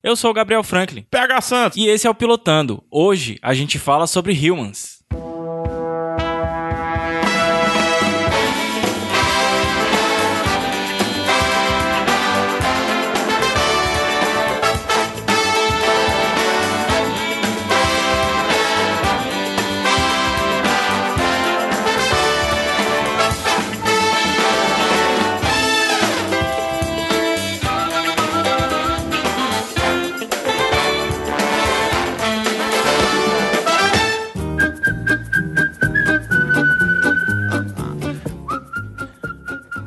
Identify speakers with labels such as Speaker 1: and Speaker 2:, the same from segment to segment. Speaker 1: Eu sou o Gabriel Franklin
Speaker 2: PH Santos.
Speaker 1: e esse é o Pilotando. Hoje a gente fala sobre humans.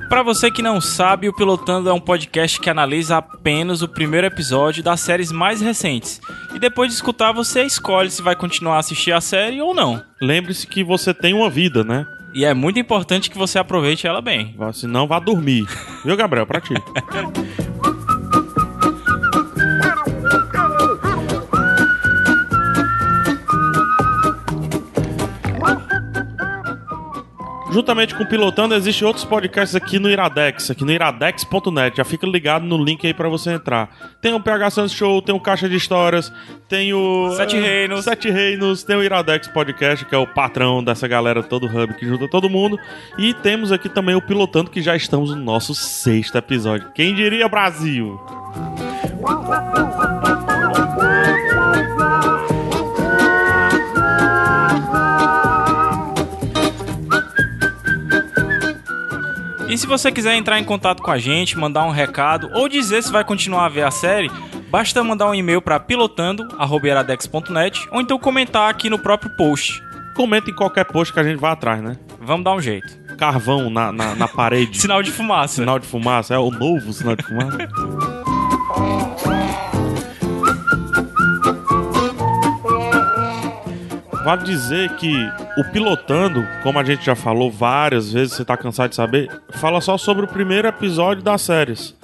Speaker 1: Pra você que não sabe, o Pilotando é um podcast que analisa apenas o primeiro episódio das séries mais recentes. E depois de escutar, você escolhe se vai continuar a assistir a série ou não.
Speaker 2: Lembre-se que você tem uma vida, né?
Speaker 1: E é muito importante que você aproveite ela bem.
Speaker 2: Vá- Se não, vá dormir. Viu, Gabriel? Pra ti. Juntamente com o Pilotando, existem outros podcasts aqui no Iradex, aqui no iradex.net. Já fica ligado no link aí pra você entrar. Tem o PH Santos Show, tem o Caixa de Histórias, tem o.
Speaker 1: Sete
Speaker 2: eh,
Speaker 1: Reinos.
Speaker 2: Sete Reinos, tem o Iradex Podcast, que é o patrão dessa galera todo hub que junta todo mundo. E temos aqui também o Pilotando, que já estamos no nosso sexto episódio. Quem diria, Brasil?
Speaker 1: E se você quiser entrar em contato com a gente, mandar um recado ou dizer se vai continuar a ver a série, basta mandar um e-mail para pilotando@iradex.net ou então comentar aqui no próprio post.
Speaker 2: Comenta em qualquer post que a gente vá atrás, né?
Speaker 1: Vamos dar um jeito.
Speaker 2: Carvão na, na, na parede.
Speaker 1: Sinal de fumaça.
Speaker 2: Sinal de fumaça, é o novo sinal de fumaça. Vale dizer que o pilotando, como a gente já falou várias vezes, você tá cansado de saber, fala só sobre o primeiro episódio das séries.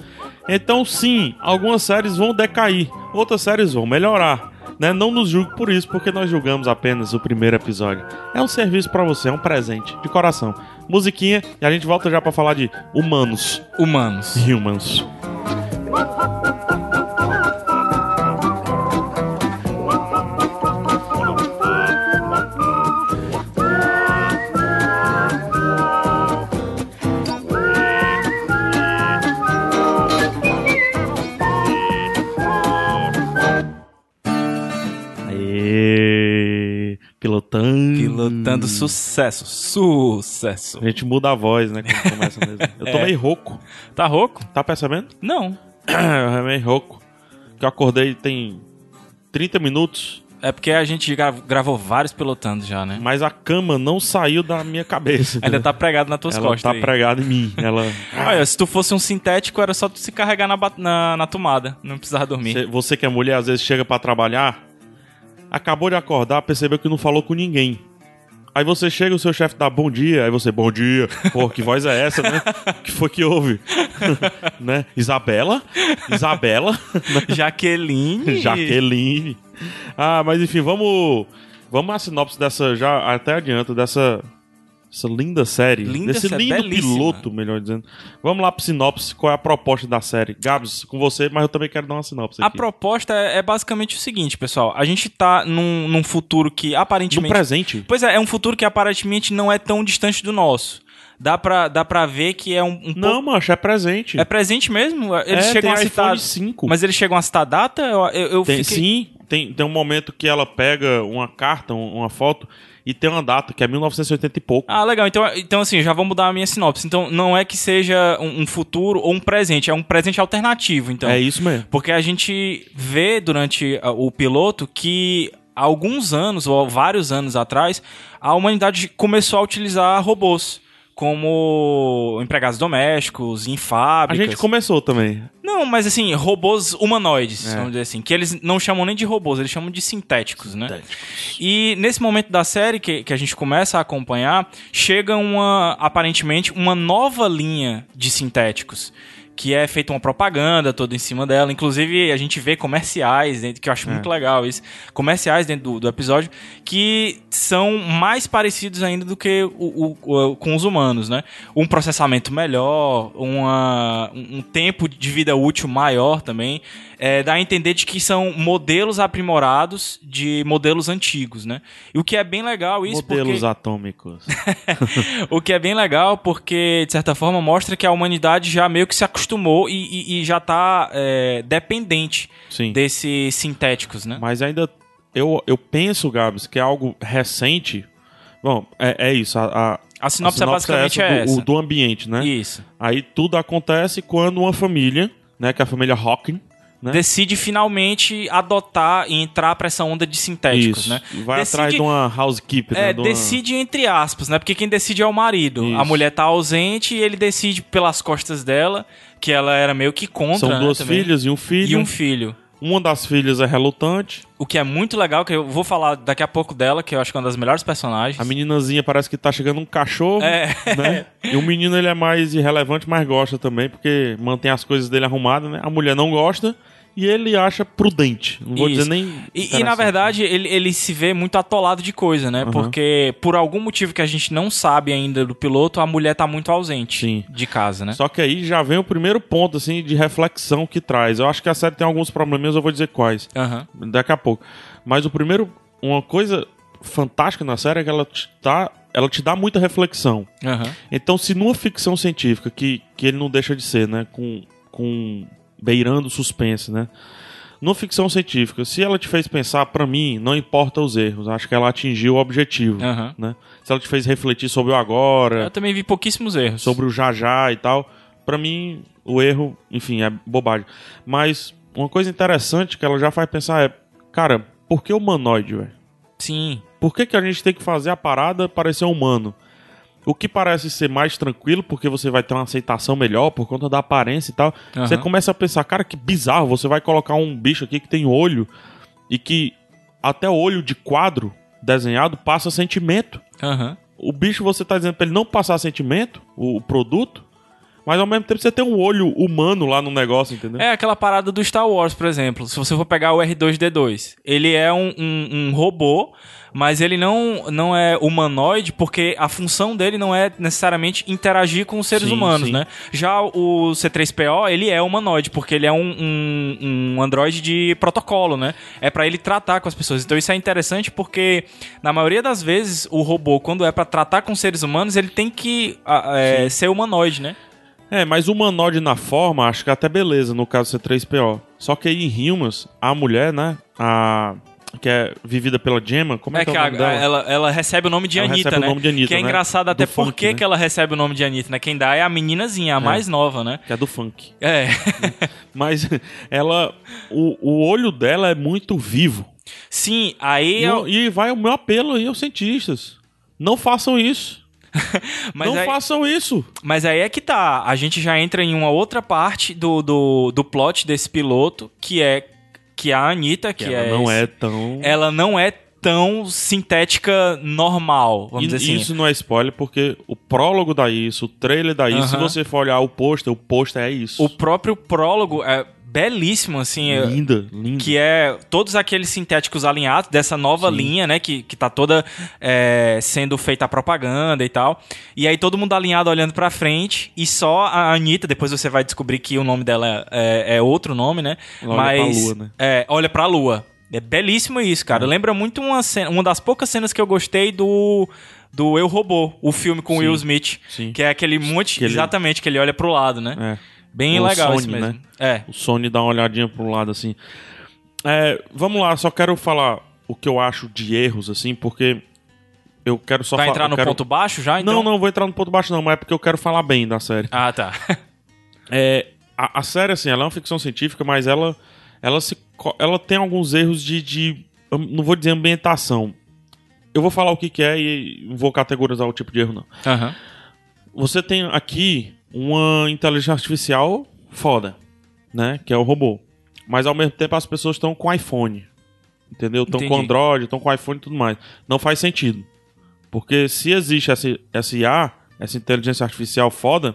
Speaker 2: Então, sim, algumas séries vão decair, outras séries vão melhorar. Né? Não nos julgue por isso, porque nós julgamos apenas o primeiro episódio. É um serviço pra você, é um presente, de coração. Musiquinha, e a gente volta já pra falar de humanos,
Speaker 1: Humanos.
Speaker 2: humans. Aê, Pilotando.
Speaker 1: Pilotando sucesso. Sucesso.
Speaker 2: A gente muda a voz, né? Quando começa mesmo. Eu tô meio rouco.
Speaker 1: Tá rouco?
Speaker 2: Tá percebendo?
Speaker 1: Não.
Speaker 2: Eu É meio rouco. Que eu acordei tem 30 minutos,
Speaker 1: É porque a gente gra- gravou vários pilotando já, né?
Speaker 2: mas a cama não saiu da minha cabeça.
Speaker 1: Ainda
Speaker 2: entendeu?
Speaker 1: tá pregado nas tuas
Speaker 2: Ela
Speaker 1: costas.
Speaker 2: tá
Speaker 1: aí.
Speaker 2: pregada em mim. Ela.
Speaker 1: Olha, se tu fosse um sintético, era só tu se carregar na, ba- na, na tomada. Não precisava dormir.
Speaker 2: Você, você que é mulher, às vezes chega pra trabalhar, acabou de acordar, percebeu que não falou com ninguém. Aí você chega, o seu chefe dá bom dia, aí você, bom dia, pô, que voz é essa, né? O que foi que houve? né? Isabela? Isabela?
Speaker 1: Jaqueline.
Speaker 2: Jaqueline. Ah, mas enfim, vamos. Vamos à sinopse dessa, já até adianto, dessa essa linda série.
Speaker 1: Linda
Speaker 2: desse
Speaker 1: série,
Speaker 2: lindo
Speaker 1: belíssima.
Speaker 2: piloto, melhor dizendo. Vamos lá pro sinopse, qual é a proposta da série? Gabs, com você, mas eu também quero dar uma sinopse
Speaker 1: A
Speaker 2: aqui.
Speaker 1: proposta é, é basicamente o seguinte, pessoal. A gente tá num, num futuro que
Speaker 2: Do
Speaker 1: aparentemente.
Speaker 2: presente.
Speaker 1: Pois é, é um futuro que aparentemente não é tão distante do nosso. Dá pra, dá pra ver que é um, um
Speaker 2: Não,
Speaker 1: pouco.
Speaker 2: mancha, é presente.
Speaker 1: É presente mesmo? Eles
Speaker 2: É,
Speaker 1: chegam a
Speaker 2: tem
Speaker 1: citar.
Speaker 2: iPhone 5.
Speaker 1: Mas eles chegam a citar a data? Eu, eu, eu
Speaker 2: Tem-
Speaker 1: fiquei-
Speaker 2: Sim, tem, tem um momento que ela pega uma carta, um- uma foto, e tem uma data, que é 1980 e pouco.
Speaker 1: Ah, legal. Então, então assim, já vou mudar a minha sinopse. Então, não é que seja um, um futuro ou um presente, é um presente alternativo, então.
Speaker 2: é isso mesmo.
Speaker 1: Porque a gente vê durante ah, o piloto que há alguns anos, ou há vários anos atrás, a humanidade começou a utilizar robôs como empregados domésticos, em
Speaker 2: A
Speaker 1: fábricas.
Speaker 2: gente começou também.
Speaker 1: Não, mas assim, robôs humanoides,
Speaker 2: É.
Speaker 1: vamos dizer assim. Que eles não chamam nem de robôs, eles chamam de sintéticos, né? E nesse momento da série que, que a gente começa a acompanhar, chega uma, aparentemente, uma nova linha de sintéticos. Que é feita uma propaganda toda em cima dela. Inclusive, a gente vê comerciais dentro, que eu acho muito legal isso. Comerciais dentro do, do episódio que são mais parecidos ainda do que o- o- o- com os humanos, né? Um processamento melhor, uma- um um tempo de vida útil maior também. é, dá a entender de que são modelos aprimorados de modelos antigos, né? E o que é bem legal isso
Speaker 2: Modelos
Speaker 1: porque...
Speaker 2: atômicos.
Speaker 1: o que é bem legal porque, de certa forma, mostra que a humanidade já meio que se acostumou e, e- e já tá é, dependente
Speaker 2: Sim.
Speaker 1: desses sintéticos, né?
Speaker 2: Mas ainda eu, eu penso, Gabs, que é algo recente. Bom, é, é isso. A, a-
Speaker 1: A sinopse,
Speaker 2: a
Speaker 1: é basicamente é
Speaker 2: do,
Speaker 1: essa.
Speaker 2: o- do ambiente, né?
Speaker 1: Isso.
Speaker 2: Aí tudo acontece quando uma família, né, que é a família Hawking, né?
Speaker 1: Decide finalmente adotar e entrar pra essa onda de sintéticos,
Speaker 2: Isso.
Speaker 1: né?
Speaker 2: Vai
Speaker 1: Decide-
Speaker 2: atrás de uma housekeeper, né?
Speaker 1: É,
Speaker 2: de uma-
Speaker 1: decide entre aspas, né? Porque quem decide é o marido.
Speaker 2: Isso.
Speaker 1: A mulher tá ausente e ele decide pelas costas dela, que ela era meio que contra.
Speaker 2: São
Speaker 1: né,
Speaker 2: duas
Speaker 1: também.
Speaker 2: filhas e um
Speaker 1: E
Speaker 2: filho.
Speaker 1: um filho.
Speaker 2: Uma das filhas é relutante.
Speaker 1: O que é muito legal, que eu vou falar daqui a pouco dela, que eu acho que é uma das melhores personagens.
Speaker 2: A meninazinha parece que tá chegando um cachorro,
Speaker 1: É.
Speaker 2: né? E o menino ele é mais irrelevante, mas gosta também, porque mantém as coisas dele arrumadas, né? A mulher não gosta e ele acha prudente. Não vou
Speaker 1: Isso.
Speaker 2: dizer nem.
Speaker 1: E- E, na
Speaker 2: interessante.
Speaker 1: verdade, ele, ele se vê muito atolado de coisa, né?
Speaker 2: Aham.
Speaker 1: Porque, por algum motivo que a gente não sabe ainda do piloto, a mulher tá muito ausente
Speaker 2: Sim.
Speaker 1: de casa, né?
Speaker 2: Só que aí já vem o primeiro ponto, assim, de reflexão que traz. Eu acho que a série tem alguns probleminhas, eu vou dizer quais.
Speaker 1: Aham.
Speaker 2: Daqui a pouco. Mas o primeiro. Uma coisa fantástica na série é que ela te, tá, ela te dá muita reflexão.
Speaker 1: Aham.
Speaker 2: Então, se numa ficção científica, que, que ele não deixa de ser, né? Com, com beirando suspense, né? Numa ficção científica, se ela te fez pensar, pra mim, não importa os erros, acho que ela atingiu o objetivo,
Speaker 1: Aham. É.
Speaker 2: né? Se ela te fez refletir sobre o
Speaker 1: Eu
Speaker 2: agora,
Speaker 1: também vi pouquíssimos erros.
Speaker 2: É. sobre o já já e tal, pra mim, o erro, enfim, é bobagem. Mas uma coisa interessante que ela já faz pensar é, cara, por que humanoide, velho?
Speaker 1: Sim.
Speaker 2: Por que, que a gente tem que fazer a parada parecer humano? O que parece ser mais tranquilo, porque você vai ter uma aceitação melhor por conta da aparência e tal.
Speaker 1: Aham.
Speaker 2: Você começa a pensar, cara, que bizarro, você vai colocar um bicho aqui que tem olho e que até olho de quadro desenhado passa sentimento.
Speaker 1: Aham.
Speaker 2: O bicho você tá dizendo pra ele não passar sentimento, o, o produto, mas ao mesmo tempo você tem um olho humano lá no negócio, entendeu?
Speaker 1: É aquela parada do Star Wars, por exemplo. Se você for pegar o R2D2, ele é um, um- um robô, mas ele não, não é humanoide porque a função dele não é necessariamente interagir com os seres
Speaker 2: Sim,
Speaker 1: humanos,
Speaker 2: sim.
Speaker 1: né? Já o C3PO, ele é humanoide porque ele é um, um, um androide de protocolo, né? É pra ele tratar com as pessoas. Então isso é interessante porque, na maioria das vezes, o robô, quando é pra tratar com seres humanos, ele tem que ah, é, ser humanoide, né?
Speaker 2: É, mas humanoide na forma, acho que é até beleza, no caso C3PO. Só que aí em Humans, a mulher, né? A. Que é vivida pela Gemma, como é,
Speaker 1: É
Speaker 2: que
Speaker 1: que
Speaker 2: é o
Speaker 1: a-
Speaker 2: nome dela?
Speaker 1: ela, ela recebe o nome de
Speaker 2: Ela
Speaker 1: Anitta,
Speaker 2: recebe o
Speaker 1: né?
Speaker 2: nome de Anitta,
Speaker 1: que é
Speaker 2: né?
Speaker 1: engraçado
Speaker 2: Do
Speaker 1: até
Speaker 2: funk,
Speaker 1: porque
Speaker 2: né?
Speaker 1: que ela recebe o nome de Anitta, né? Quem dá é a meninazinha, a mais nova, né?
Speaker 2: Que é do funk.
Speaker 1: É.
Speaker 2: Mas ela. O, o olho dela é muito vivo.
Speaker 1: Sim, aí
Speaker 2: E,
Speaker 1: eu.
Speaker 2: eu- e vai o meu apelo aí aos cientistas. Não façam isso.
Speaker 1: Mas,
Speaker 2: não
Speaker 1: aí,
Speaker 2: façam isso.
Speaker 1: mas aí é que tá. A gente já entra em uma outra parte do, do, do plot desse piloto, que é que a Anitta, que,
Speaker 2: ela
Speaker 1: é.
Speaker 2: não é
Speaker 1: esse-
Speaker 2: tão.
Speaker 1: Ela não é tão sintética normal, vamos
Speaker 2: E-
Speaker 1: dizer assim.
Speaker 2: Isso não é spoiler, porque o prólogo dá isso, o trailer dá isso. Se
Speaker 1: Aham.
Speaker 2: você for olhar o pôster, o pôster é isso.
Speaker 1: O próprio prólogo é belíssimo, assim. é-
Speaker 2: Linda, linda.
Speaker 1: que é todos aqueles sintéticos alinhados dessa nova linha, né? Que, que tá toda é, sendo feita a propaganda e tal. E aí todo mundo alinhado olhando pra frente e só a Anitta, depois você vai descobrir que o nome dela é, é outro nome, né?
Speaker 2: Ela olha
Speaker 1: Mas.
Speaker 2: pra lua, né?
Speaker 1: É, olha pra lua. É belíssimo isso, cara. Lembra muito uma, cena, uma das poucas cenas que eu gostei do. Do Eu Robô, o filme com
Speaker 2: Sim.
Speaker 1: Will Smith.
Speaker 2: Sim.
Speaker 1: Que é aquele monte.
Speaker 2: Que ele-
Speaker 1: Exatamente, que ele olha pro lado, né?
Speaker 2: É.
Speaker 1: Bem
Speaker 2: O
Speaker 1: legal isso
Speaker 2: Sony,
Speaker 1: mesmo.
Speaker 2: né?
Speaker 1: É.
Speaker 2: O Sony dá uma olhadinha pro lado assim. É, vamos lá, só quero falar o que eu acho de erros, assim, porque eu quero só
Speaker 1: Vai
Speaker 2: fa-
Speaker 1: entrar
Speaker 2: eu
Speaker 1: no
Speaker 2: quero-
Speaker 1: ponto baixo já? Então?
Speaker 2: Não, não vou entrar no ponto baixo, não, mas é porque eu quero falar bem da série.
Speaker 1: Ah, tá.
Speaker 2: É, a, a série, assim, ela é uma ficção científica, mas ela, ela, se, co- ela tem alguns erros de, de. eu Não vou dizer ambientação. Eu vou falar o que, que é e não vou categorizar o tipo de erro, não.
Speaker 1: Aham.
Speaker 2: Você tem aqui uma inteligência artificial foda, né? Que é o robô. Mas ao mesmo tempo as pessoas estão com iPhone. Entendeu? Estão com
Speaker 1: Entendi.
Speaker 2: Android, estão com iPhone e tudo mais. Não faz sentido. Porque se existe essa, essa IA, essa inteligência artificial foda,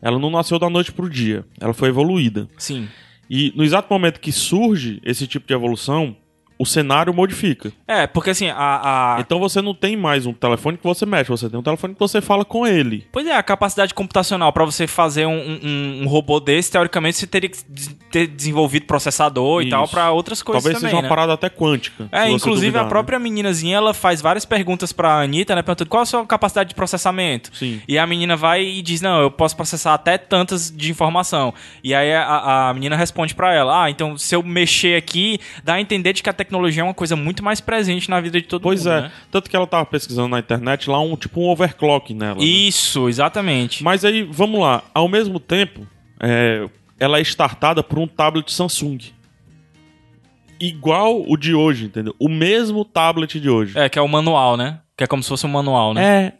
Speaker 2: ela não nasceu da noite pro dia. Ela foi evoluída.
Speaker 1: Sim.
Speaker 2: E no exato momento que surge esse tipo de evolução, o cenário modifica.
Speaker 1: É, porque assim, a, a-
Speaker 2: Então você não tem mais um telefone que você mexe, você tem um telefone que você fala com ele.
Speaker 1: Pois é, a capacidade computacional para você fazer um, um- um robô desse, teoricamente, você teria que des- ter desenvolvido processador e
Speaker 2: Isso.
Speaker 1: tal para outras coisas
Speaker 2: Talvez
Speaker 1: também,
Speaker 2: seja uma
Speaker 1: né?
Speaker 2: parada até quântica. se
Speaker 1: É,
Speaker 2: você
Speaker 1: inclusive
Speaker 2: duvidar,
Speaker 1: a
Speaker 2: né?
Speaker 1: própria meninazinha, ela faz várias perguntas pra Anitta, né? Perguntando qual a sua capacidade de processamento.
Speaker 2: Sim.
Speaker 1: E a menina vai e diz, não, eu posso processar até tantas de informação. E aí a, a menina responde pra ela, ah, então se eu mexer aqui, dá a entender de que a tecnologia é uma coisa muito mais presente na vida de todo
Speaker 2: Pois
Speaker 1: mundo,
Speaker 2: é,
Speaker 1: né?
Speaker 2: tanto que ela tava pesquisando na internet lá um tipo um overclock nela. né?
Speaker 1: Isso, exatamente.
Speaker 2: Mas aí, vamos lá, ao mesmo tempo, é, ela é startada por um tablet Samsung. Igual o de hoje, entendeu? O mesmo tablet de hoje.
Speaker 1: É, que é o manual, né? Que é como se fosse um manual, né?
Speaker 2: É,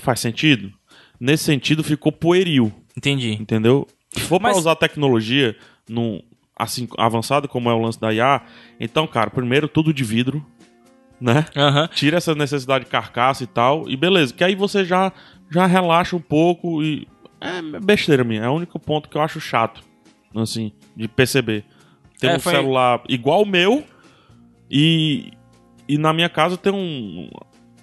Speaker 2: faz sentido? Nesse sentido, ficou pueril,
Speaker 1: Entendi.
Speaker 2: entendeu? Se for pra
Speaker 1: Mas-
Speaker 2: usar tecnologia num, assim, avançado como é o lance da IA, então, cara, primeiro tudo de vidro, né?
Speaker 1: Aham.
Speaker 2: Tira essa necessidade de carcaça e tal, e beleza, que aí você já, já relaxa um pouco e. É besteira minha, é o único ponto que eu acho chato, assim, de perceber. Tem
Speaker 1: É,
Speaker 2: um
Speaker 1: foi-
Speaker 2: celular igual o meu e. E na minha casa tem um.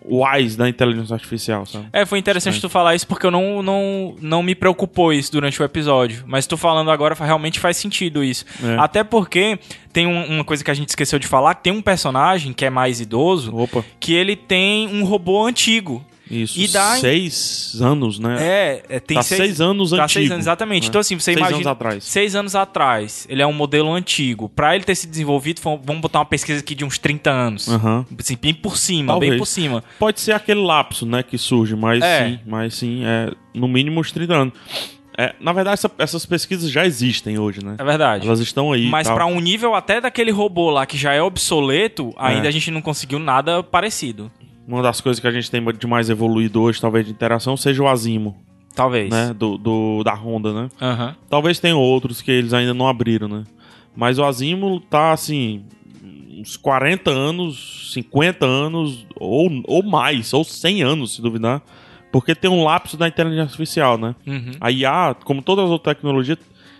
Speaker 2: Wise da inteligência artificial, sabe?
Speaker 1: É, foi interessante tu falar isso porque eu não, não, não me preocupou isso durante o episódio. Mas tu falando agora fa- realmente faz sentido isso.
Speaker 2: É.
Speaker 1: Até porque tem um- uma coisa que a gente esqueceu de falar, que tem um personagem que é mais idoso,
Speaker 2: Opa.
Speaker 1: que ele tem um robô antigo.
Speaker 2: Isso.
Speaker 1: E dá-
Speaker 2: Seis anos, né?
Speaker 1: É, é, tem
Speaker 2: tá seis,
Speaker 1: seis,
Speaker 2: anos
Speaker 1: tá
Speaker 2: antigo.
Speaker 1: seis anos, exatamente.
Speaker 2: né?
Speaker 1: Então assim, você
Speaker 2: seis
Speaker 1: imagina...
Speaker 2: anos atrás.
Speaker 1: Seis anos atrás, ele é um modelo antigo. Pra ele ter se desenvolvido, fom- vamos botar uma pesquisa aqui de uns 30 anos.
Speaker 2: Aham.
Speaker 1: Assim, bem por cima,
Speaker 2: Talvez.
Speaker 1: bem por cima.
Speaker 2: Pode ser aquele lapso, né, que surge, mas
Speaker 1: É.
Speaker 2: sim, mas sim, é no mínimo uns 30 anos. É, na verdade, essa- essas pesquisas já existem hoje, né?
Speaker 1: É verdade.
Speaker 2: Elas estão aí. e
Speaker 1: Mas
Speaker 2: tal.
Speaker 1: pra um nível até daquele robô lá que já é obsoleto, ainda
Speaker 2: É.
Speaker 1: a gente não conseguiu nada parecido.
Speaker 2: Uma das coisas que a gente tem de mais evoluído hoje, talvez, de interação, seja o Asimo,
Speaker 1: Talvez.
Speaker 2: né? Do, do- da Honda, né?
Speaker 1: Aham.
Speaker 2: Talvez tenham outros que eles ainda não abriram, né? Mas o Asimo tá assim. Uns 40 anos, 50 anos, ou, ou mais, ou 100 anos, se duvidar. Porque tem um lapso da inteligência artificial, né?
Speaker 1: Uhum.
Speaker 2: A IA, como todas as outras tecnologias,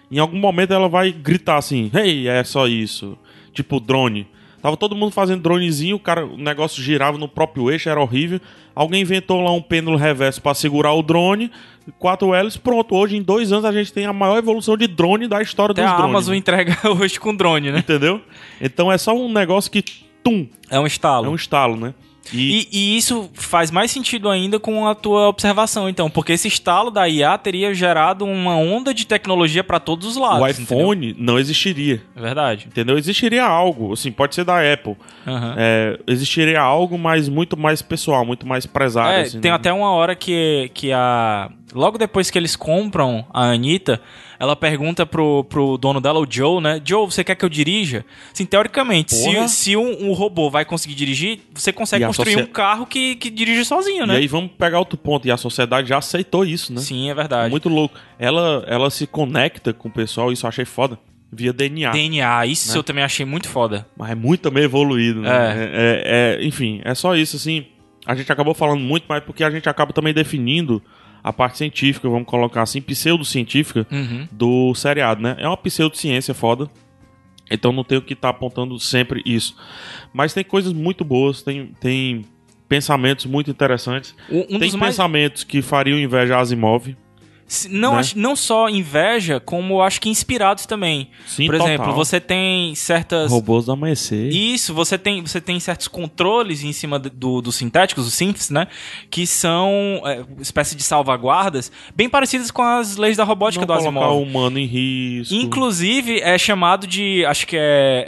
Speaker 2: em algum momento ela vai gritar assim: hey, é só isso. Tipo drone. Tava todo mundo fazendo dronezinho, o cara, o negócio girava no próprio eixo, era horrível. Alguém inventou lá um pêndulo reverso pra segurar o drone, quatro hélices, pronto. Hoje, em dois anos, a gente tem a maior evolução de drone da história
Speaker 1: Até
Speaker 2: dos
Speaker 1: a
Speaker 2: drones. né?
Speaker 1: Amazon entrega hoje com drone, né?
Speaker 2: Entendeu? Então é só um negócio que, tum,
Speaker 1: É um
Speaker 2: é
Speaker 1: estalo.
Speaker 2: um estalo, né? E,
Speaker 1: E, e isso faz mais sentido ainda com a tua observação, então, porque esse estalo da IA teria gerado uma onda de tecnologia pra todos os lados.
Speaker 2: o
Speaker 1: entendeu?
Speaker 2: iPhone não existiria,
Speaker 1: É verdade.
Speaker 2: entendeu? Existiria algo, assim, pode ser da Apple,
Speaker 1: Aham.
Speaker 2: É, existiria algo, mas muito mais pessoal, muito mais prezado.
Speaker 1: É,
Speaker 2: assim,
Speaker 1: tem
Speaker 2: né?
Speaker 1: até uma hora que, que a. Logo depois que eles compram a Anitta, ela pergunta pro, pro dono dela, o Joe, né? Joe, você quer que eu dirija? Assim, teoricamente,
Speaker 2: Porra.
Speaker 1: se, se um, um robô vai conseguir dirigir, você consegue
Speaker 2: E a
Speaker 1: construir
Speaker 2: socie-
Speaker 1: um carro que, que dirige sozinho, né?
Speaker 2: E aí vamos pegar outro ponto. E a sociedade já aceitou isso, né?
Speaker 1: Sim, é
Speaker 2: É
Speaker 1: verdade.
Speaker 2: Muito louco. Ela, ela se conecta com o pessoal, isso eu achei foda, via DNA.
Speaker 1: DNA, isso
Speaker 2: Né?
Speaker 1: eu também achei muito foda.
Speaker 2: Mas é muito também evoluído, né? É- é- é- enfim, é só isso, assim. A gente acabou falando muito, mas porque a gente acaba também definindo a parte científica, vamos colocar assim, pseudocientífica
Speaker 1: Uhum.
Speaker 2: do seriado, né? É uma pseudociência foda. Então não tenho que estar apontando sempre isso. Mas tem coisas muito boas, tem, tem pensamentos muito interessantes.
Speaker 1: Um, um
Speaker 2: tem
Speaker 1: dos mais.
Speaker 2: pensamentos que fariam inveja a Asimov.
Speaker 1: se- Não,
Speaker 2: né?
Speaker 1: acho- não só inveja, como acho que inspirados também.
Speaker 2: Sim,
Speaker 1: Por exemplo,
Speaker 2: total.
Speaker 1: você tem certas.
Speaker 2: Robôs do amanhecer.
Speaker 1: Isso, você tem, você tem certos controles em cima do- do- dos sintéticos, os synths, né? Que são é, espécie de salvaguardas, bem parecidas com as leis da robótica
Speaker 2: não
Speaker 1: do
Speaker 2: colocar um o
Speaker 1: Asimov.
Speaker 2: humano em risco.
Speaker 1: Inclusive, é chamado de. Acho que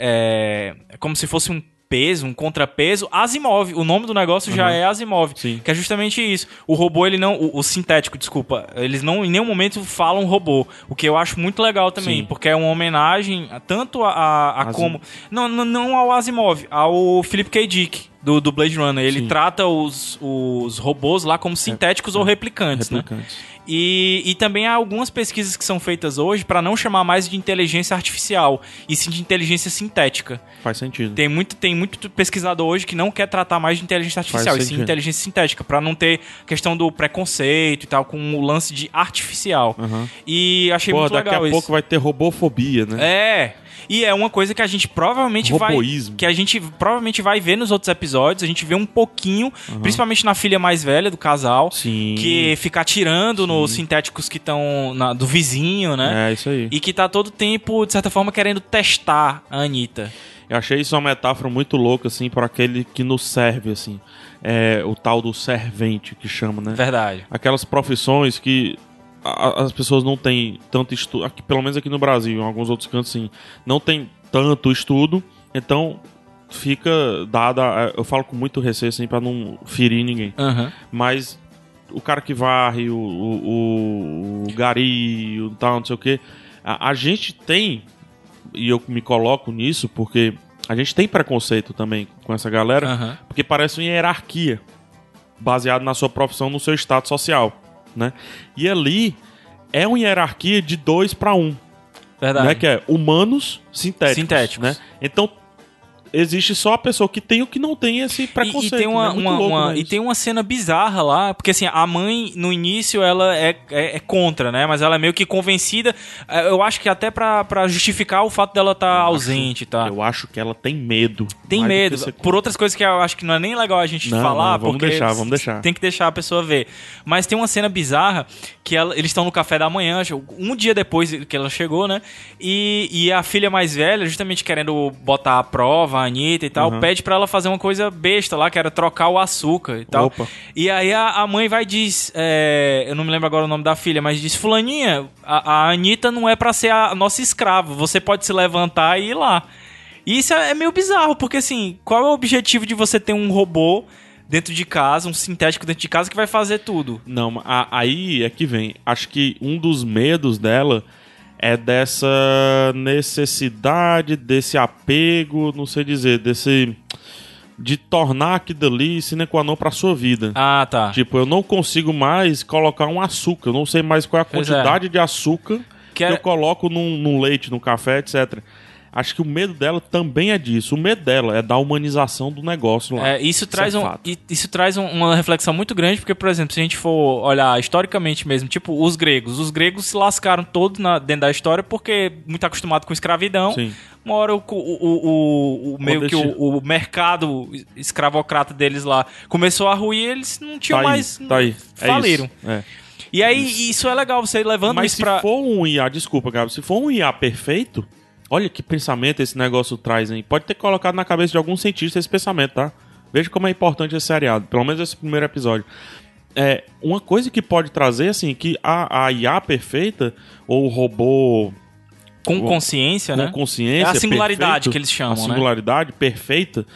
Speaker 1: é. é- é como se fosse um peso, um contrapeso. Asimov. O nome do negócio já
Speaker 2: Uhum.
Speaker 1: é Asimov.
Speaker 2: Sim.
Speaker 1: Que é justamente isso. O robô, ele não. O, o sintético, desculpa. Eles não em nenhum momento falam robô. O que eu acho muito legal também,
Speaker 2: Sim.
Speaker 1: porque é uma homenagem a- tanto a, a, a
Speaker 2: Asim.
Speaker 1: como. Não, não, não ao Asimov, ao Philip K. Dick, do, do Blade Runner. Ele
Speaker 2: Sim. É,
Speaker 1: trata os, os robôs lá como sintéticos ou replicantes, né?
Speaker 2: Replicantes.
Speaker 1: E, e também há algumas pesquisas que são feitas hoje para não chamar mais de inteligência artificial, e sim de inteligência sintética.
Speaker 2: Faz sentido.
Speaker 1: Tem muito, tem muito pesquisador hoje que não quer tratar mais de inteligência artificial, e sim
Speaker 2: sentido.
Speaker 1: inteligência sintética, para não ter questão do preconceito e tal, com o lance de artificial.
Speaker 2: Aham.
Speaker 1: E achei
Speaker 2: Pô,
Speaker 1: muito
Speaker 2: daqui
Speaker 1: legal
Speaker 2: a
Speaker 1: isso.
Speaker 2: pouco vai ter robofobia, né?
Speaker 1: É. E é uma coisa que a gente provavelmente
Speaker 2: Roboísmo.
Speaker 1: vai que a gente provavelmente vai ver nos outros episódios, a gente vê um pouquinho, principalmente na filha mais velha do casal,
Speaker 2: Sim.
Speaker 1: é que fica atirando nos sintéticos que estão na- do vizinho, né?
Speaker 2: É, isso aí.
Speaker 1: E que tá todo tempo, de certa forma, querendo testar a Anitta.
Speaker 2: Eu achei isso uma metáfora muito louca, assim, para aquele que nos serve, assim. É, o tal do servente que chama, né?
Speaker 1: Verdade.
Speaker 2: Aquelas profissões que a- as pessoas não têm tanto estudo, aqui, pelo menos aqui no Brasil, em alguns outros cantos, sim, não tem tanto estudo, então fica dada. é, Eu falo com muito receio, assim, para não ferir ninguém.
Speaker 1: Aham.
Speaker 2: Mas o cara que varre, o, o, o- o gari, o tal, não sei o quê. A, a gente tem, e eu me coloco nisso, porque a gente tem preconceito também com essa galera,
Speaker 1: Aham.
Speaker 2: porque parece uma hierarquia baseado na sua profissão, no seu estado social, né? E ali é uma hierarquia de dois para um,
Speaker 1: Verdade.
Speaker 2: né? Que é humanos sintéticos,
Speaker 1: Sintéticos.
Speaker 2: né? Então existe só a pessoa que tem o que não tem esse preconceito.
Speaker 1: E, e tem uma,
Speaker 2: né? Muito
Speaker 1: uma-
Speaker 2: louco,
Speaker 1: uma-
Speaker 2: né,
Speaker 1: e
Speaker 2: isso?
Speaker 1: tem uma cena bizarra lá, porque assim, a mãe no início ela é, é, é contra, né? Mas ela é meio que convencida, eh, eu acho que até pra, pra justificar o fato dela estar ausente, tá?
Speaker 2: Eu acho que ela tem medo.
Speaker 1: Tem
Speaker 2: Mais do que
Speaker 1: medo.
Speaker 2: você-
Speaker 1: Por outras coisas que eu acho que não é nem legal a gente
Speaker 2: Não,
Speaker 1: falar,
Speaker 2: não, vamos
Speaker 1: porque
Speaker 2: deixar, vamos deixar.
Speaker 1: tem que deixar a pessoa ver. Mas tem uma cena bizarra que ela- eles estão no café da manhã, acho- um dia depois que ela chegou, né? E, e a filha mais velha, justamente querendo botar a prova, a Anitta e tal,
Speaker 2: Uhum.
Speaker 1: pede pra ela fazer uma coisa besta lá, que era trocar o açúcar e tal.
Speaker 2: Opa.
Speaker 1: E aí a, a mãe vai e diz, é, eu não me lembro agora o nome da filha, mas diz, fulaninha, a, a Anitta não é pra ser a nossa escrava, você pode se levantar e ir lá. E isso é meio bizarro, porque assim, qual é o objetivo de você ter um robô dentro de casa, um sintético dentro de casa que vai fazer tudo?
Speaker 2: Não, mas a- aí é que vem. Acho que um dos medos dela é dessa necessidade, desse apego, não sei dizer, desse. de tornar aquilo ali sine qua non pra sua vida.
Speaker 1: Ah, tá.
Speaker 2: Tipo, eu não consigo mais colocar um açúcar, eu não sei mais qual é a
Speaker 1: Pois
Speaker 2: quantidade de açúcar
Speaker 1: Que
Speaker 2: que,
Speaker 1: é-
Speaker 2: eu coloco num, num leite, num café, etc. Acho que o medo dela também é disso. O medo dela é da humanização do negócio lá.
Speaker 1: É, isso traz,
Speaker 2: é
Speaker 1: um,
Speaker 2: fato.
Speaker 1: i- isso traz um- uma reflexão muito grande, porque, por exemplo, se a gente for olhar historicamente mesmo, tipo os gregos, os gregos se lascaram todos na- dentro da história porque muito acostumado com escravidão.
Speaker 2: Sim.
Speaker 1: Uma hora o, co- o- o- o- o- meio
Speaker 2: Quando
Speaker 1: que o,
Speaker 2: esse-
Speaker 1: o mercado escravocrata deles lá começou a ruir, eles não tinham
Speaker 2: Tá
Speaker 1: mais.
Speaker 2: aí, tá aí. É
Speaker 1: Faliram.
Speaker 2: isso. É.
Speaker 1: E aí isso. é legal, você levando
Speaker 2: Mas
Speaker 1: isso
Speaker 2: se
Speaker 1: pra.
Speaker 2: for um IA, desculpa, Gabi, se for um IA perfeito, olha que pensamento esse negócio traz, hein? Pode ter colocado na cabeça de algum cientista esse pensamento, tá? Veja como é importante esse seriado, pelo menos esse primeiro episódio. É, uma coisa que pode trazer, assim, que a, a IA perfeita, ou o robô
Speaker 1: Com consciência,
Speaker 2: com
Speaker 1: né?
Speaker 2: consciência.
Speaker 1: É a singularidade
Speaker 2: perfeito,
Speaker 1: que eles chamam,
Speaker 2: A
Speaker 1: né?
Speaker 2: singularidade perfeita.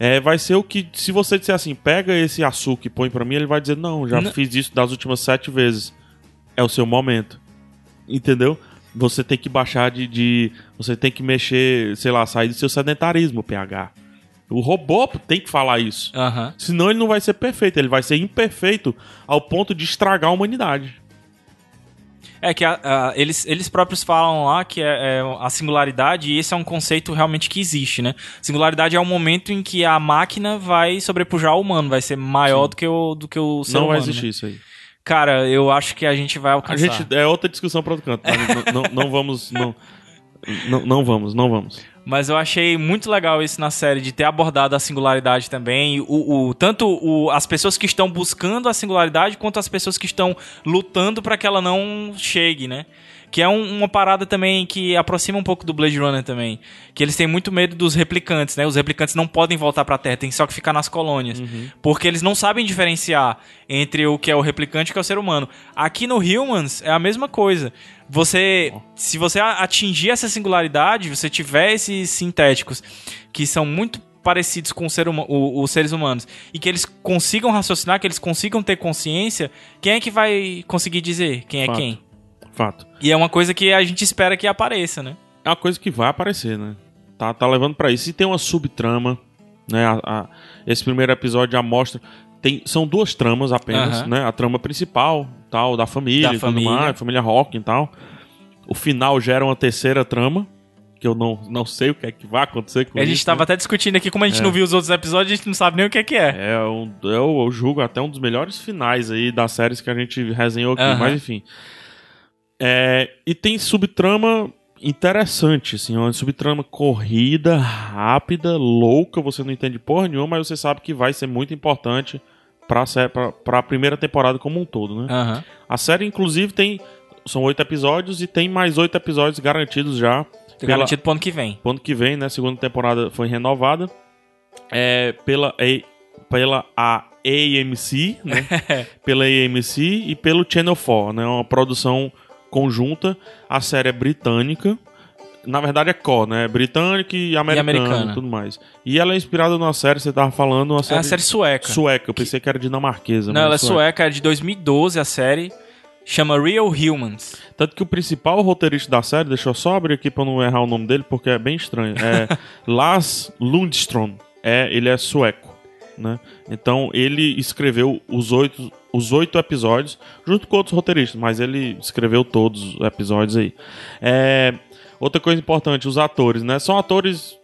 Speaker 2: é, vai ser o que, se você disser assim, pega esse açúcar e põe pra mim, ele vai dizer, não, já
Speaker 1: Não.
Speaker 2: fiz isso das últimas sete vezes. É o seu momento. Entendeu? Você tem que baixar de, de- Você tem que mexer, sei lá, sair do seu sedentarismo, PH. O robô tem que falar isso.
Speaker 1: Aham.
Speaker 2: Senão ele não vai ser perfeito, ele vai ser imperfeito ao ponto de estragar a humanidade.
Speaker 1: É que a- a- eles, eles próprios falam lá que é, é a singularidade, e esse é um conceito realmente que existe, né? Singularidade é o momento em que a máquina vai sobrepujar o humano, vai ser maior do que, o, do que o ser
Speaker 2: não
Speaker 1: humano.
Speaker 2: vai
Speaker 1: né?
Speaker 2: existir isso aí.
Speaker 1: Cara, eu acho que a gente vai
Speaker 2: A
Speaker 1: alcançar.
Speaker 2: gente é outra discussão para outro canto. mas não, não- não vamos, não, não, não vamos, não vamos.
Speaker 1: Mas eu achei muito legal isso na série, de ter abordado a singularidade também. O, o- tanto o- as pessoas que estão buscando a singularidade, quanto as pessoas que estão lutando para que ela não chegue, né? Que é um- uma parada também que aproxima um pouco do Blade Runner também. Que eles têm muito medo dos replicantes, né? Os replicantes não podem voltar pra Terra, tem só que ficar nas colônias. Porque eles não sabem diferenciar entre o que é o replicante e o que é o ser humano. Aqui no Humans é a mesma coisa. Você, se você a- atingir essa singularidade, você tiver esses sintéticos que são muito parecidos com o ser huma- o- os seres humanos e que eles consigam raciocinar, que eles consigam ter consciência, quem é que vai conseguir dizer quem é
Speaker 2: Fato.
Speaker 1: quem?
Speaker 2: Fato.
Speaker 1: E é uma coisa que a gente espera que apareça, né?
Speaker 2: É uma coisa que vai aparecer, né? Tá, tá levando pra isso. E tem uma subtrama, né? A- a- esse primeiro episódio já mostra. Tem, são duas tramas apenas,
Speaker 1: Aham.
Speaker 2: né? A trama principal, tal, da família,
Speaker 1: Da
Speaker 2: e tudo
Speaker 1: família.
Speaker 2: mais, família Hawking e tal. O final gera uma terceira trama, que eu não, não sei o que é que vai acontecer com
Speaker 1: a
Speaker 2: isso. né?
Speaker 1: gente tá estava até discutindo aqui, como a gente não viu os outros episódios, a gente não sabe nem o que é que é.
Speaker 2: É, um, eu, eu julgo até um dos melhores finais aí das séries que a gente resenhou aqui,
Speaker 1: Aham.
Speaker 2: mas enfim. É, e tem subtrama interessante, assim, uma subtrama corrida, rápida, louca, você não entende porra nenhuma, mas você sabe que vai ser muito importante pra, sé- pra, pra primeira temporada como um todo, né?
Speaker 1: Aham.
Speaker 2: A série, inclusive, tem. São oito episódios e tem mais oito episódios garantidos já.
Speaker 1: Tem
Speaker 2: pela-
Speaker 1: Garantido pro ano que vem.
Speaker 2: pro ano que vem, né? Segunda temporada foi renovada. É, pela, A- pela a AMC, né? pela AMC e pelo Channel 4, né? Uma produção conjunta. A série é britânica. Na verdade é core, né? Britânica e americana,
Speaker 1: americana.
Speaker 2: tudo mais. E ela é inspirada numa série, você tava falando, uma
Speaker 1: É
Speaker 2: série,
Speaker 1: uma série sueca.
Speaker 2: sueca. Eu pensei que era dinamarquesa.
Speaker 1: Não,
Speaker 2: mas
Speaker 1: ela é sueca, é de 2012 a série. Chama Real Humans.
Speaker 2: Tanto que o principal roteirista da série, deixa eu só abrir aqui pra eu não errar o nome dele, porque é bem estranho. É Lars Lundström. É, ele é sueco, né? Então ele escreveu os oito, os oito episódios, junto com outros roteiristas, mas ele escreveu todos os episódios aí. É, outra coisa importante, os atores, né? São atores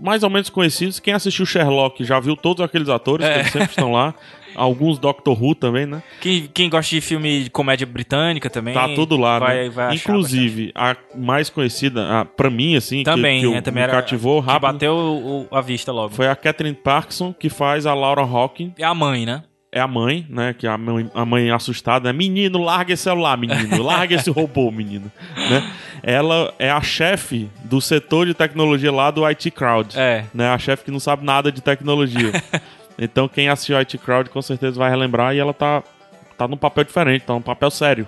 Speaker 2: mais ou menos conhecidos. Quem assistiu Sherlock já viu todos aqueles atores, que eles sempre estão lá. Alguns Doctor Who também, né?
Speaker 1: Quem, quem gosta de filme de comédia britânica também.
Speaker 2: Tá tudo lá,
Speaker 1: vai,
Speaker 2: né?
Speaker 1: vai achar
Speaker 2: Inclusive, a mais conhecida, a, pra mim, assim, que-
Speaker 1: Também,
Speaker 2: que, eu-
Speaker 1: né, também
Speaker 2: me
Speaker 1: era-
Speaker 2: cativou
Speaker 1: bastante. Que
Speaker 2: rápido,
Speaker 1: bateu o- o- a vista logo.
Speaker 2: foi a Catherine Parkinson, que faz a Laura Hawking,
Speaker 1: É a mãe, né?
Speaker 2: é a mãe, né, que a mãe, a mãe assustada, né, menino, larga esse celular, menino, larga esse robô, menino, né? Ela é a chefe do setor de tecnologia lá do IT Crowd,
Speaker 1: É.
Speaker 2: né, a chefe que não sabe nada de tecnologia. então, quem assistiu IT Crowd com certeza vai relembrar e ela tá, tá num papel diferente, tá num papel sério.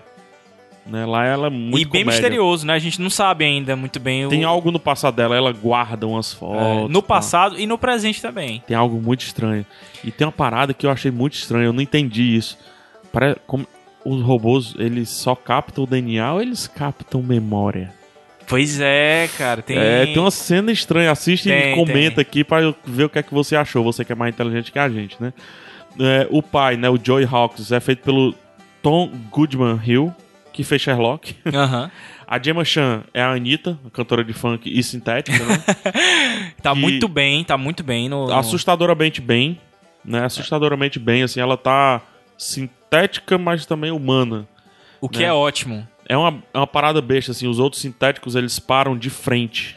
Speaker 2: Né, lá ela é muito
Speaker 1: e bem
Speaker 2: comédia.
Speaker 1: misterioso, né? A gente não sabe ainda muito bem o.
Speaker 2: Tem algo no passado dela, ela guarda umas
Speaker 1: é,
Speaker 2: fotos.
Speaker 1: no
Speaker 2: tá?
Speaker 1: passado e no presente também.
Speaker 2: Tem algo muito estranho. E tem uma parada que eu achei muito estranha, eu não entendi isso. Pare- como os robôs, eles só captam o DNA ou eles captam memória?
Speaker 1: Pois é, cara. Tem.
Speaker 2: É, tem uma cena estranha. Assiste
Speaker 1: Tem,
Speaker 2: e comenta aqui pra eu ver o que é que você achou. Você que é mais inteligente que a gente, né? É, o pai, né, o Joey Hawks, é feito pelo Tom Goodman Hill, que fez Sherlock.
Speaker 1: Aham.
Speaker 2: A Gemma Chan é a Anitta, cantora de funk e sintética, né?
Speaker 1: Tá
Speaker 2: E-
Speaker 1: muito bem, tá muito bem no. no-
Speaker 2: assustadoramente bem,
Speaker 1: É.
Speaker 2: né? Assustadoramente bem, assim, ela tá sintética, mas também humana.
Speaker 1: O que
Speaker 2: né?
Speaker 1: é ótimo.
Speaker 2: É uma, é uma parada besta, assim, os outros sintéticos eles param de frente.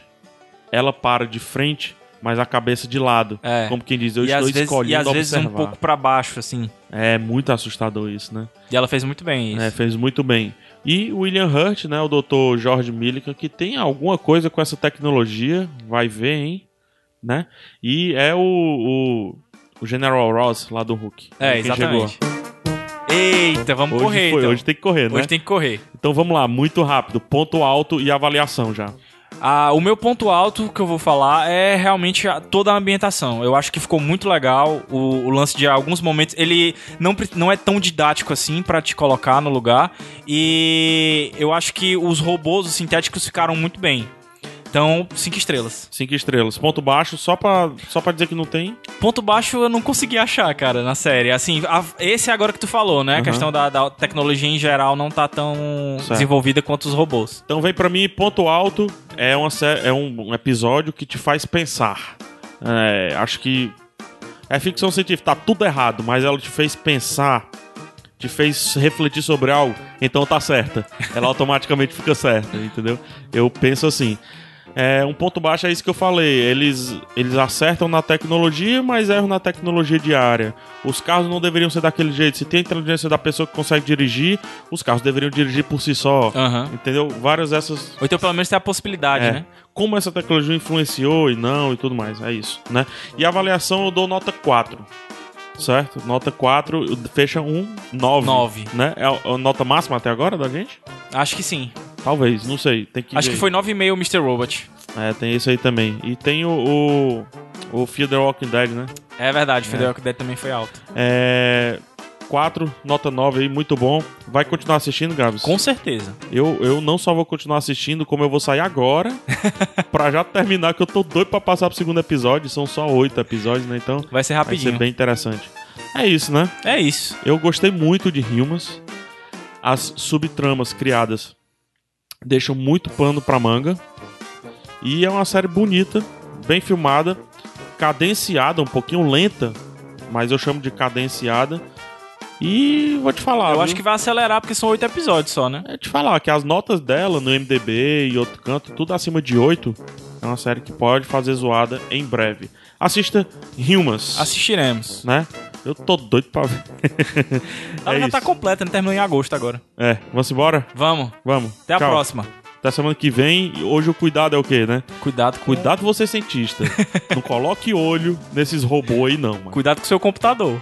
Speaker 2: Ela para de frente, mas a cabeça de lado.
Speaker 1: É.
Speaker 2: Como quem diz, eu
Speaker 1: e
Speaker 2: estou
Speaker 1: às vezes,
Speaker 2: escolhendo
Speaker 1: e às vezes
Speaker 2: observar.
Speaker 1: um pouco pra baixo, assim.
Speaker 2: É muito assustador isso, né?
Speaker 1: E ela fez muito bem isso.
Speaker 2: É, fez muito bem. E o William Hurt, né, o Dr. George Millikan, que tem alguma coisa com essa tecnologia, vai ver, hein? Né? E é o, o, o General Ross lá do Hulk.
Speaker 1: É,
Speaker 2: Quem
Speaker 1: exatamente. Eita, vamos
Speaker 2: Hoje,
Speaker 1: correr.
Speaker 2: foi,
Speaker 1: então.
Speaker 2: hoje tem que correr, né?
Speaker 1: Hoje tem que correr.
Speaker 2: Então vamos lá, muito rápido. Ponto alto e avaliação já.
Speaker 1: Ah, o meu ponto alto que eu vou falar é realmente a- toda a ambientação. Eu acho que ficou muito legal o, o lance de alguns momentos. Ele não, pre- não é tão didático assim pra te colocar no lugar. E eu acho que os robôs, os sintéticos, ficaram muito bem. Então, cinco estrelas.
Speaker 2: Cinco estrelas. Ponto baixo, só pra, só pra dizer que não tem.
Speaker 1: Ponto baixo eu não consegui achar, cara, na série. Assim, a- esse é agora que tu falou, né? A
Speaker 2: Aham.
Speaker 1: questão da, da tecnologia em geral não tá tão
Speaker 2: Certo.
Speaker 1: desenvolvida quanto os robôs.
Speaker 2: Então vem pra mim, ponto alto é, uma, sé- é um, um episódio que te faz pensar. É, acho que é ficção científica, tá tudo errado, mas ela te fez pensar, te fez refletir sobre algo, então tá certa. Ela automaticamente fica certa, entendeu? Eu penso assim. É, um ponto baixo é isso que eu falei. Eles, eles acertam na tecnologia, mas erram na tecnologia diária. Os carros não deveriam ser daquele jeito. Se tem a inteligência da pessoa que consegue dirigir, os carros deveriam dirigir por si só.
Speaker 1: Aham.
Speaker 2: Entendeu? Várias dessas.
Speaker 1: Ou então pelo menos tem a possibilidade,
Speaker 2: É.
Speaker 1: né?
Speaker 2: Como essa tecnologia influenciou e não e tudo mais. É isso, né? E a avaliação eu dou nota 4. Certo? Nota 4, eu- fecha um 9.
Speaker 1: Nove.
Speaker 2: Né? É a a nota máxima até agora da gente?
Speaker 1: Acho que sim.
Speaker 2: Talvez, não sei. Tem que
Speaker 1: Acho
Speaker 2: ver.
Speaker 1: que foi 9,5 o Mr. Robot.
Speaker 2: É, tem isso aí também. E tem o. O, o Fear the Walking Dead, né?
Speaker 1: É verdade, o Fidel Dead também foi alto.
Speaker 2: É. 4, nota 9 aí, muito bom. Vai continuar assistindo, Gabs?
Speaker 1: Com certeza.
Speaker 2: Eu, eu não só vou continuar assistindo, como eu vou sair agora pra já terminar, que eu tô doido pra passar pro segundo episódio. São só oito episódios, né? Então
Speaker 1: Vai ser
Speaker 2: vai ser
Speaker 1: rapidinho.
Speaker 2: bem interessante. É isso, né?
Speaker 1: É isso.
Speaker 2: Eu gostei muito de Rimas. As subtramas criadas deixam muito pano pra manga. E é uma série bonita, bem filmada, cadenciada, um pouquinho lenta, mas eu chamo de cadenciada. E vou te falar.
Speaker 1: Eu
Speaker 2: viu?
Speaker 1: acho que vai acelerar, porque são oito episódios só, né?
Speaker 2: É te falar que as notas dela no MDB e outro canto, tudo acima de 8, é uma série que pode fazer zoada em breve. Assista Humans,
Speaker 1: Assistiremos.
Speaker 2: né? Eu tô doido pra ver.
Speaker 1: Ela
Speaker 2: é
Speaker 1: já tá
Speaker 2: isso.
Speaker 1: completa, né? Terminou em agosto agora.
Speaker 2: É, vamos embora?
Speaker 1: Vamos.
Speaker 2: Vamos.
Speaker 1: Até a
Speaker 2: Tchau.
Speaker 1: próxima.
Speaker 2: Até semana que vem. E Hoje o cuidado é o quê, né?
Speaker 1: Cuidado, com-
Speaker 2: Cuidado você cientista. Não coloque olho nesses robôs aí, não, mano.
Speaker 1: Cuidado com o seu computador.